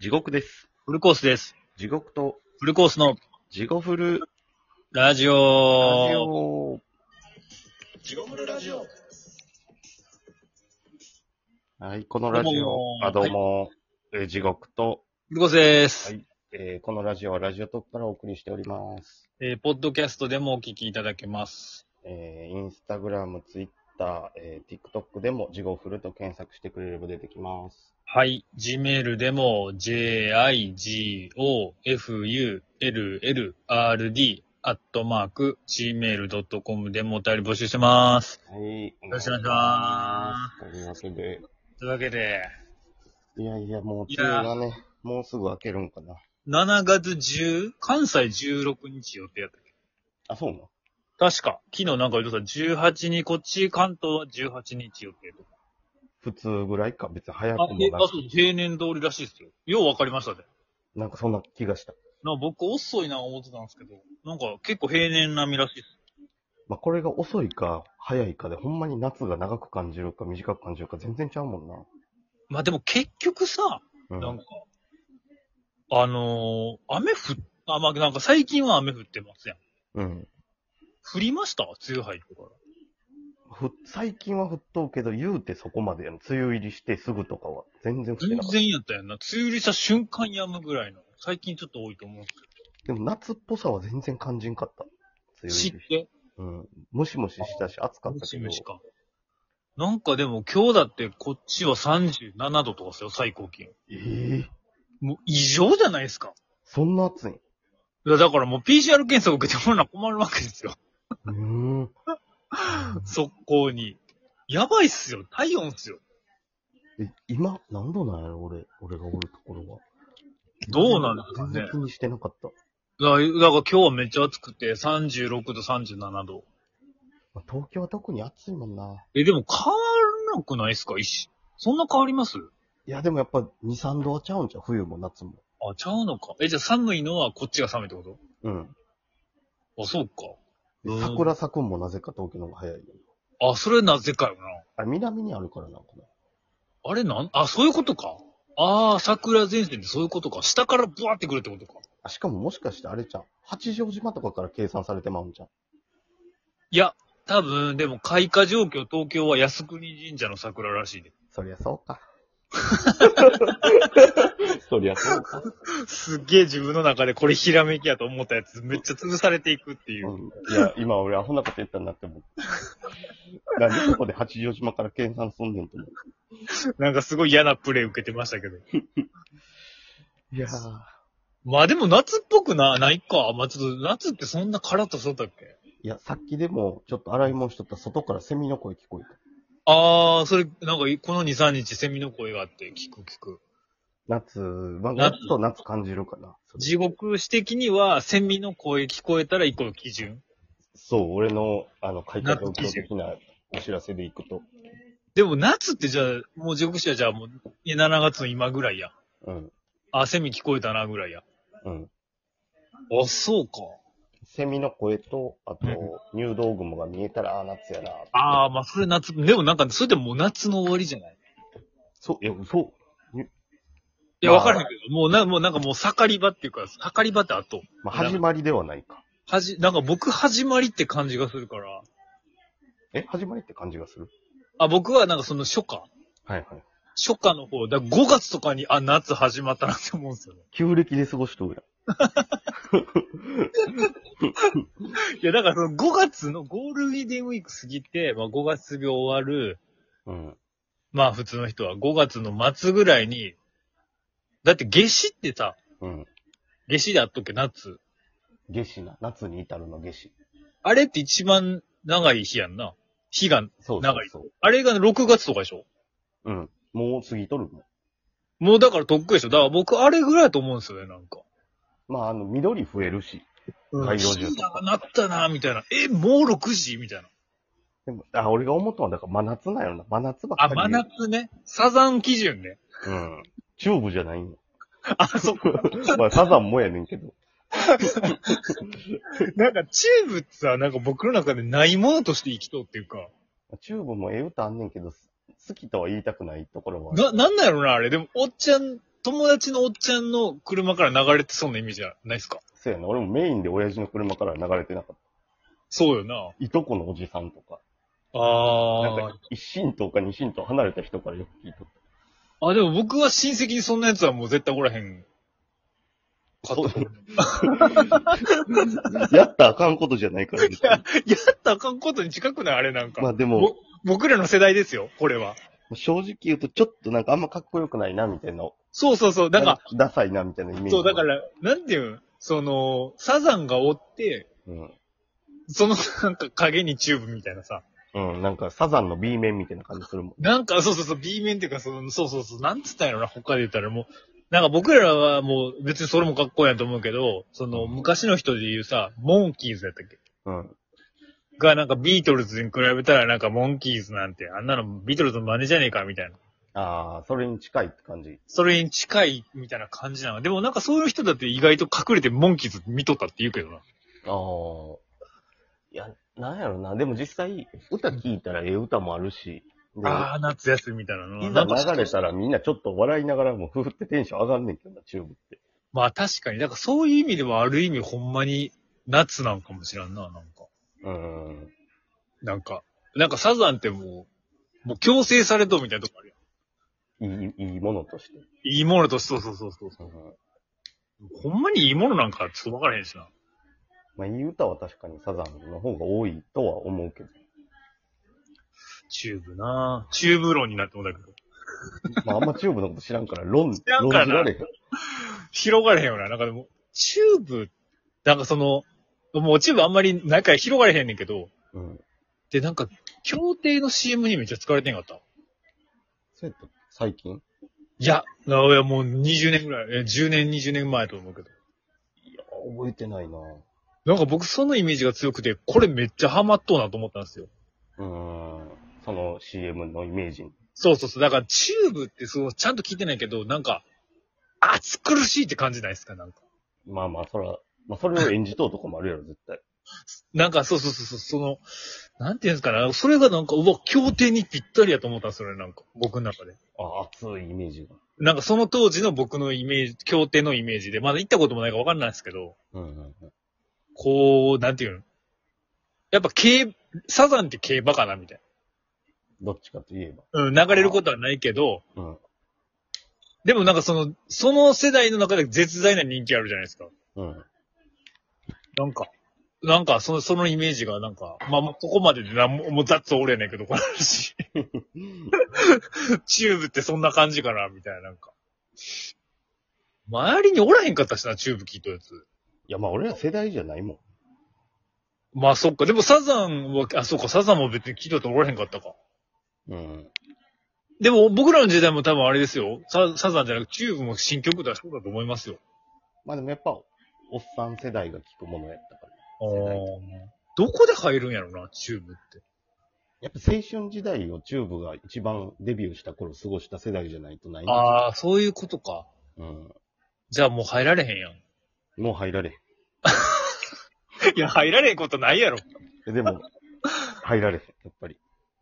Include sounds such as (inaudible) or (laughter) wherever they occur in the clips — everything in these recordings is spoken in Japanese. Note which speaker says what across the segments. Speaker 1: 地獄です。
Speaker 2: フルコースです。
Speaker 1: 地獄と
Speaker 2: フルコースの
Speaker 1: 地獄フル
Speaker 2: ラジオ
Speaker 1: ラジオ。
Speaker 2: ジオフルラジオ。
Speaker 1: はい、このラジ
Speaker 2: どう
Speaker 1: オ
Speaker 2: も、
Speaker 1: あ、どうも、えー地獄と、
Speaker 2: フルコースです。
Speaker 1: はいえーこのラジオはラジオトップからお送りしております。
Speaker 2: えーポッドキャストでもお聞きいただけます。
Speaker 1: えー、インスタグラム、ツイッター、えー、TikTok でも地獄フルと検索してくれれば出てきます。
Speaker 2: はい。Gmail でも jigofulrd アットマーク gmail.com でもお便り募集してます。
Speaker 1: はい。よ。
Speaker 2: ろしくお願いします
Speaker 1: というわけで、
Speaker 2: というわけで、
Speaker 1: いやいや、もう
Speaker 2: い
Speaker 1: 梅
Speaker 2: や
Speaker 1: 雨がね、もうすぐ明けるんかな。
Speaker 2: 7月 10? 関西16日予定やったっけ
Speaker 1: あ、そうなの
Speaker 2: 確か。昨日なんか言うとさ、18に、こっち関東は18日予定とか
Speaker 1: 普通ぐらいか、別に早く
Speaker 2: あ、
Speaker 1: も
Speaker 2: え
Speaker 1: なく
Speaker 2: あ、そう、平年通りらしいですよ。よう分かりましたね。
Speaker 1: なんかそんな気がした。
Speaker 2: なんか僕遅いな思ってたんですけど、なんか結構平年並みらしいです。
Speaker 1: まあ、これが遅いか早いかで、ほんまに夏が長く感じるか短く感じるか全然ちゃうもんな。
Speaker 2: まあでも結局さ、
Speaker 1: うん。
Speaker 2: なんか、あのー雨降っ、あ、まあなんか最近は雨降ってますやん。
Speaker 1: うん。
Speaker 2: 降りました梅雨入ってから。
Speaker 1: ふ最近は沸騰けど、言うてそこまでやん。梅雨入りしてすぐとかは全然降って
Speaker 2: 全
Speaker 1: なかっ
Speaker 2: 然やったやんな。梅雨入りした瞬間やむぐらいの。最近ちょっと多いと思うんです
Speaker 1: た。でも夏っぽさは全然感じんかった。梅雨
Speaker 2: け
Speaker 1: 入り
Speaker 2: ど。知っ
Speaker 1: して。
Speaker 2: て
Speaker 1: うん。ムシムシしたし、暑かっ
Speaker 2: ム
Speaker 1: た
Speaker 2: シ
Speaker 1: けど
Speaker 2: ム。シか。なんかでも今日だってこっちは37度とかですよ、最高気温。
Speaker 1: ええ
Speaker 2: もう異常じゃないですか。
Speaker 1: そんな暑いん
Speaker 2: いや、だからもう PCR 検査を受けてもらうのは困るわけですよ。
Speaker 1: うーん。
Speaker 2: 速攻に。やばいっすよ。体温っすよ。
Speaker 1: え、今、何度なんやろ俺、俺がおるところは。
Speaker 2: どうなんですかね
Speaker 1: 全然気にしてなかった。
Speaker 2: だから、だから今日はめっちゃ暑くて、36度、37度。
Speaker 1: まあ東京は特に暑いもんな。
Speaker 2: え、でも変わらなくないっすか石。そんな変わります
Speaker 1: いや、でもやっぱ2、3度はちゃうんちゃう冬も夏も。
Speaker 2: あ、ちゃうのか。え、じゃあ寒いのはこっちが寒いってこ
Speaker 1: うん。
Speaker 2: とあ、そうか。
Speaker 1: で
Speaker 2: うん
Speaker 1: 桜咲くんもなぜか東京の方が早いよね。
Speaker 2: あ、それなぜかよな。
Speaker 1: あれ、南にあるからなのかな。
Speaker 2: あれなん、あ、そういうことか。あー、桜前線ってそういうことか。下からブワーってくるってことか。
Speaker 1: あ、しかももしかしてあれじゃん。八丈島とかから計算されてまうんじゃん。
Speaker 2: いや、多分、でも開花状況、東京は靖国神社の桜らしいで。
Speaker 1: そりゃそうか。そりゃそうか。
Speaker 2: すっげえ自分の中でこれひらめきやと思ったやつ、めっちゃ潰されていくっていうう。
Speaker 1: ん、いや、今俺アホなこと言ったんだって思う。なんでここで八丈島から計算すんねんと思う。
Speaker 2: なんかすごい嫌なプレイ受けてましたけど。
Speaker 1: いや
Speaker 2: まあでも夏っぽくな、ないか。まあちょっと夏ってそんなカラッとしとったっけ
Speaker 1: いや、さっきでも、ちょっと洗い物しとったら外からセミの声聞こえた。
Speaker 2: あー、それ、なんかこの2、3日セミの声があって、聞く聞く。
Speaker 1: 夏、まあ、
Speaker 2: 夏
Speaker 1: 夏と夏感じるかな。それ
Speaker 2: 地獄史的にはセミの声聞こえたら一個の基準。
Speaker 1: そう、俺の、あの、開花状況的なお知らせでいくと。
Speaker 2: でも夏ってじゃあ、もう地獄史はじゃあもう、いや7月の今ぐらいや。
Speaker 1: うん。
Speaker 2: あ、セミ聞こえたなぐらいや。
Speaker 1: うん。
Speaker 2: あ、そうか。
Speaker 1: セミの声と、あと
Speaker 2: うん、
Speaker 1: 入道雲が見えたら、あー夏やな。
Speaker 2: ああ、まあそれ夏、でもなんか、それでももう夏の終わりじゃない
Speaker 1: そう、いや、そ
Speaker 2: いや、わからへんけど、もうな、もうなんかもう盛り場っていうか、盛り場って後。
Speaker 1: う。まあ、始まりではないか。
Speaker 2: はじ、なんか僕始まりって感じがするから。
Speaker 1: え、始まりって感じがする
Speaker 2: あ、僕はなんかその初夏。
Speaker 1: はいはい。
Speaker 2: 初夏の方、だ5月とかに、あ、夏始まったなって思うんですよね。
Speaker 1: 旧暦で過ごしとる
Speaker 2: (laughs) いや、だからその5月のゴールデンウィーク過ぎて、まあ5月病終わる、
Speaker 1: やん。うん。
Speaker 2: まあ普通の人は5月の末ぐらいに、だって夏至ってさ、
Speaker 1: うん。
Speaker 2: 夏至であっとけ、夏。
Speaker 1: 夏至な。夏に至るの夏至。
Speaker 2: あれって一番長い日やんな。日が、
Speaker 1: そうそう
Speaker 2: 長い
Speaker 1: そう。
Speaker 2: あれが6月とかでしょ
Speaker 1: うん。もう過ぎとるもん。
Speaker 2: もうだからとっくりでしょ。だから僕あれぐらいだと思うんですよね、なんか。
Speaker 1: まあ、あの、緑増えるし。街路樹
Speaker 2: 日がなったな、みたいな。え、もう6時みたいな。
Speaker 1: でも、あ、俺が思ったのは、だから真夏なんやろな。真夏ばっか
Speaker 2: あ、
Speaker 1: り。
Speaker 2: 真。夏ね。サザン基準ね。
Speaker 1: うん。チューブじゃないんや。 (laughs)
Speaker 2: あ、そこ。
Speaker 1: まあ、サザンもやねんけど。
Speaker 2: なんかチューブってさ、なんか僕の中でないものとして生きとうっていうか。
Speaker 1: チューブもええ歌あんねんけど、す好きとは言いたくないところもある。
Speaker 2: な、なんだろうな、あれ。でも、おっちゃん友達のおっちゃんの車から流れてそうなイメージじゃないですか。
Speaker 1: そうやな、俺もメインで親父の車から流れてなかっ
Speaker 2: そうよな。
Speaker 1: た。いとこのおじさんとか。なん
Speaker 2: あ
Speaker 1: か、一神とか二神と離れた人からよく聞いとっ
Speaker 2: あ。あ、でも僕は親戚にそんなやつはもう絶対おらへん。かと思う
Speaker 1: そう (laughs) た。やったらあかんことじゃないから。別に
Speaker 2: やったらあかんことに近くないあれなんか。
Speaker 1: まあでも、
Speaker 2: 僕らの世代ですよ、これは。
Speaker 1: 正直言うとちょっとなんかあんまかっこよくないな、みたいな。
Speaker 2: そうそうそう。なんか、
Speaker 1: ダサいな、みたいなイメージ。
Speaker 2: そう、だか。ら、なんていうん、その、サザンが追って、
Speaker 1: うん。
Speaker 2: そのなんか影にチューブみたいなさ。
Speaker 1: うん、なんかサザンの B 面みたいな感じするもん。
Speaker 2: なんか、そうそうそう、B 面っていうか、その、そうそうそう、なんつったんやろな、他で言ったらもう、なんか僕らはもう、別にそれもかっこいいなと思うけど、その、昔の人で言うさ、モンキーズやったっけ
Speaker 1: うん。
Speaker 2: が、なんかビートルズに比べたら、なんかモンキーズなんて、あんなのビートルズの真似じゃねえか、みたいな。
Speaker 1: ああ、それに近いって感じ。
Speaker 2: それに近い、みたいな感じなの。でもなんかそういう人だって意外と隠れてモンキーズ見とったって言うけどな。
Speaker 1: ああ。いや、なんやろな。でも実際、歌聞いたらええ歌もあるし。で
Speaker 2: ああ、夏休みみたいなの。
Speaker 1: い
Speaker 2: な
Speaker 1: ざ
Speaker 2: んか
Speaker 1: 流れたらみんなちょっと笑いながらもふふってテンション上がんねんけどな、チューブって。
Speaker 2: まあ確かに、なんかそういう意味ではある意味ほんまに夏なんかもしらんな、なんか。
Speaker 1: うん。
Speaker 2: なんか、なんかサザンってもう、もう強制されとるみたいなとこあるや
Speaker 1: いい、いいものとして。
Speaker 2: ん。いいものとして、そうそうそうそう
Speaker 1: うん。
Speaker 2: ほんまにいいものなんかちょっとわからへんしな。
Speaker 1: まあ、いい歌は確かにサザンの方が多いとは思うけど。
Speaker 2: チューブなぁ。チューブ論になってもだけど。
Speaker 1: まあ、あんまチューブのこと知らんから、論、
Speaker 2: らん
Speaker 1: 論
Speaker 2: から
Speaker 1: じられへん。
Speaker 2: 広がれへんよな。なんかでも、チューブ、なんかその、もうチューブあんまりないから広がれへんねんけど、
Speaker 1: うん。
Speaker 2: で、なんか、協定の CM にめっちゃ使われてんかった。い
Speaker 1: そうやった最近
Speaker 2: や、なおやもう20年ぐらい、え、10年、20年前やと思うけど。
Speaker 1: いや、覚えてないな
Speaker 2: なんか僕そのイメージが強くて、これめっちゃハマっとうなと思ったんですよ。
Speaker 1: うーん。その CM のイメージに。
Speaker 2: そうそうそう。だから、チューブってそう、ちゃんと聞いてないけど、なんか、暑苦しいって感じないですかなんか。
Speaker 1: まあまあ、そら、まあ、それを演じとうとこもあるやろ、絶対。
Speaker 2: なんか、そうそうそうそう、その、なんていうんですかね。それがなんか、うわ、協定にぴったりやと思ったんですよね、なんか。僕の中で。
Speaker 1: あ、熱いイメージが。
Speaker 2: なんか、その当時の僕のイメージ、協定のイメージで、まだ行ったこともないからわかんないですけど、
Speaker 1: うんうんうん。
Speaker 2: こう、なんていうのやっぱ、競、サザンって競馬かなみたい
Speaker 1: どっちかといえば。
Speaker 2: な。うん、流れることはないけど、
Speaker 1: うん。
Speaker 2: でもなんかその、その世代の中で絶大な人気あるじゃないですか。
Speaker 1: うん。
Speaker 2: なんか、なんか、その、そのイメージが、なんか、まあ、もうここまででなんも、もうざっと折れないけど、この (laughs) 話。チューブってそんな感じかな、みたいな、なんか。周りにおらへんかったしな、チューブ聞いたやつ。
Speaker 1: いや、まあ、俺ら世代じゃないもん。
Speaker 2: まあ、そっか。でも、サザンは、あ、そうか、サザンも別に聞いたとおらへんかったか。
Speaker 1: うん。
Speaker 2: でも、僕らの時代も多分あれですよ。ササザンじゃなく、チューブも新曲出しそうだと思いますよ。
Speaker 1: まあでもやっぱ、おっさん世代が聞くものやったから。世代
Speaker 2: あーどこで入るんやろな、チューブって。
Speaker 1: やっぱ青春時代をチューブが一番デビューした頃過ごした世代じゃないとないんだ
Speaker 2: ああ、そういうことか。
Speaker 1: うん。
Speaker 2: じゃあもう入られへんやん。
Speaker 1: もう入られへん
Speaker 2: いや、入られへんことないやろ。
Speaker 1: え。で (laughs) も、入られへん、やっぱり。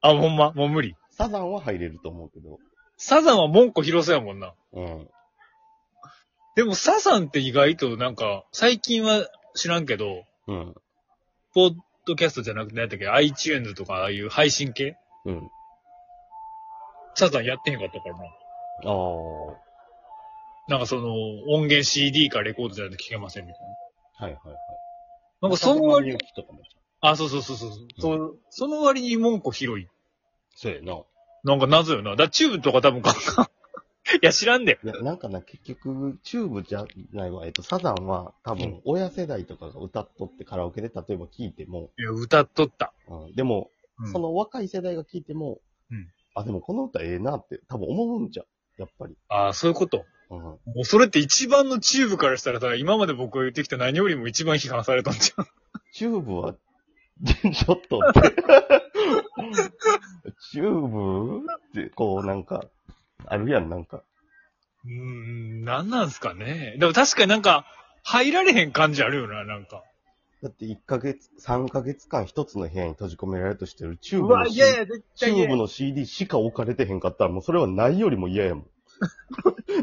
Speaker 2: あ、ほんま、もう無理。
Speaker 1: サザンは入れると思うけど。
Speaker 2: サザンは文庫広そうやもんな。
Speaker 1: うん。
Speaker 2: でもサザンって意外となんか、最近は知らんけど、
Speaker 1: うん。
Speaker 2: ポッドキャストじゃなくて何やったっけ ?iTunes とかああいう配信系
Speaker 1: うん。
Speaker 2: サザンやってへんかったからな。
Speaker 1: ああ。
Speaker 2: なんかその、音源 CD かレコードじゃないと聞けませんみた
Speaker 1: は
Speaker 2: い
Speaker 1: いはいはい。
Speaker 2: な。なんかその割
Speaker 1: に。
Speaker 2: に、
Speaker 1: とかも
Speaker 2: あ、そうそうそうそう、そう。その割に文庫広い。
Speaker 1: そうやな。
Speaker 2: なんか謎よな。だ、チューブとか多分 (laughs) いや、知らんで。
Speaker 1: いや、なんかな、結局、チューブじゃないわ。えっと、サザンは多
Speaker 2: うん
Speaker 1: 分、親世代とかが歌っとってカラオケで例えば聞いても、
Speaker 2: いや、歌っとった。
Speaker 1: うん、でも、
Speaker 2: うん
Speaker 1: その若い世代が聞いても、
Speaker 2: うん
Speaker 1: あ、でもこの歌ええなって多分思うんじゃん。やっぱり。
Speaker 2: ああ、そういうこと。
Speaker 1: うん。
Speaker 2: もうそれって一番のチューブからしたらさ、今まで僕が言ってきた何よりも一番批判されたんじゃん。
Speaker 1: チューブは、 (laughs) ちょっとって。チューブって、こうなんか、あるやん、なんか。
Speaker 2: うーん、なんなんすかね。でも確かになんか、入られへん感じあるよな、なんか。
Speaker 1: だって1ヶ月、3ヶ月間一つの部屋に閉じ込められるとしてるチュー
Speaker 2: う
Speaker 1: ブ
Speaker 2: わ、
Speaker 1: の C-
Speaker 2: いやいや、絶
Speaker 1: チ
Speaker 2: 対
Speaker 1: ュー
Speaker 2: 嫌
Speaker 1: ブ
Speaker 2: や。 (laughs)
Speaker 1: の CD しか置かれてへんかったら、もうそれはないよりも嫌やもん。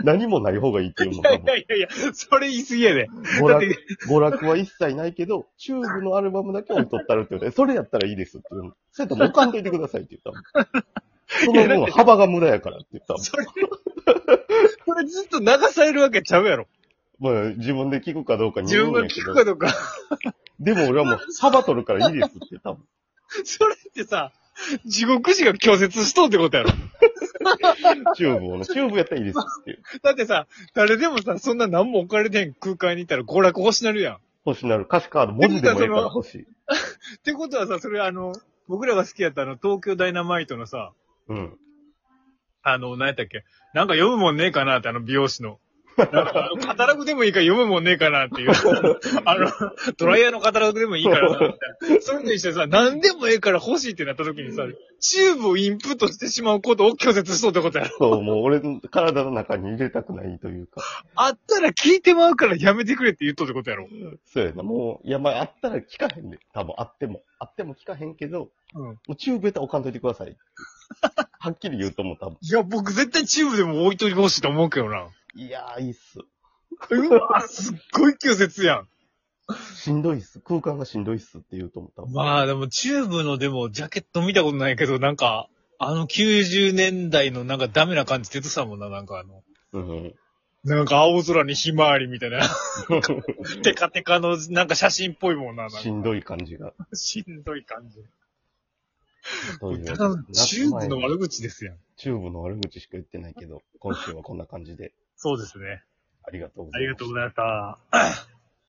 Speaker 1: 何もない方がいいっていう
Speaker 2: い
Speaker 1: のか
Speaker 2: やい
Speaker 1: も
Speaker 2: やいやいや、それ言い過ぎやで。
Speaker 1: 娯
Speaker 2: だっ
Speaker 1: 楽
Speaker 2: て、
Speaker 1: 娯楽は一切ないけど、チューブのアルバムだけ置いとったるって言われて、それやったらいいですって言うの。それやったら置かんといてくださいって言ったもん。
Speaker 2: (laughs) いや
Speaker 1: その分幅が無駄やからって言ったもん
Speaker 2: それ、 (laughs) それずっと流されるわけちゃうやろ。
Speaker 1: まあ、自分で聞くかどうかに
Speaker 2: 自
Speaker 1: よる
Speaker 2: 分
Speaker 1: ん
Speaker 2: が
Speaker 1: やけ
Speaker 2: 聞く
Speaker 1: ど
Speaker 2: か。どうか。
Speaker 1: でも俺はもう幅取るからいいですって言ったもん。
Speaker 2: それってさ、地獄師が拒絶しとんってことやろ。
Speaker 1: チューブをね、チューブやったらいいですっていう。
Speaker 2: だってさ、誰でもさ、そんな何も置かれてへん空間にいたら娯楽欲しなるやん。
Speaker 1: 欲しなる歌詞カード、文字でもええから欲しい。
Speaker 2: ってことはさ、それあの、僕らが好きやったあの、東京ダイナマイトのさ、
Speaker 1: うん。
Speaker 2: あの、何やったっけなんか読むもんねえかなって、あの、美容師の。なんかあのカタログでもいいから読むもんねえかなっていう。あの、ドライヤーのカタログでもいいからなみたいな。それと一緒にさ、何でもええから欲しいってなった時にさ、チューブをインプットしてしまうことを拒絶しとったことやろ。
Speaker 1: そう、もう俺の体の中に入れたくないというか。
Speaker 2: あったら聞いてまうからやめてくれって言っとってことやろ。
Speaker 1: そうやな。もう、いや、まあ、あったら聞かへんで。多分、あっても。あっても聞かへんけど、
Speaker 2: うん。
Speaker 1: もうチューブやったら置かんといてくだ
Speaker 2: (laughs)
Speaker 1: さい。はっきり言うともう多分。
Speaker 2: いや、僕絶対チューブでも置いといてほしいと思うけどな。
Speaker 1: いやー、いいっす。
Speaker 2: うわ、すっごい拒絶やん。
Speaker 1: しんどいっす。空間がしんどいっすって言うと思った。
Speaker 2: まあでもチューブのでもジャケット見たことないけど、なんか、あの90年代のなんかダメな感じ出てたもんな、なんかあの。
Speaker 1: うん。
Speaker 2: なんか青空にひまわりみたい (laughs) な、テカテカのなんか写真っぽいもんな、なんか
Speaker 1: (laughs) しんどい感じが。
Speaker 2: しんどい感じ。
Speaker 1: そういう
Speaker 2: ただ、チューブの
Speaker 1: 前に
Speaker 2: 悪口ですやん。
Speaker 1: チューブの悪口しか言ってないけど、今週はこんな感じで。
Speaker 2: そうですね。
Speaker 1: ありがとうござ
Speaker 2: あ
Speaker 1: い
Speaker 2: り
Speaker 1: ます
Speaker 2: がとう。ございました。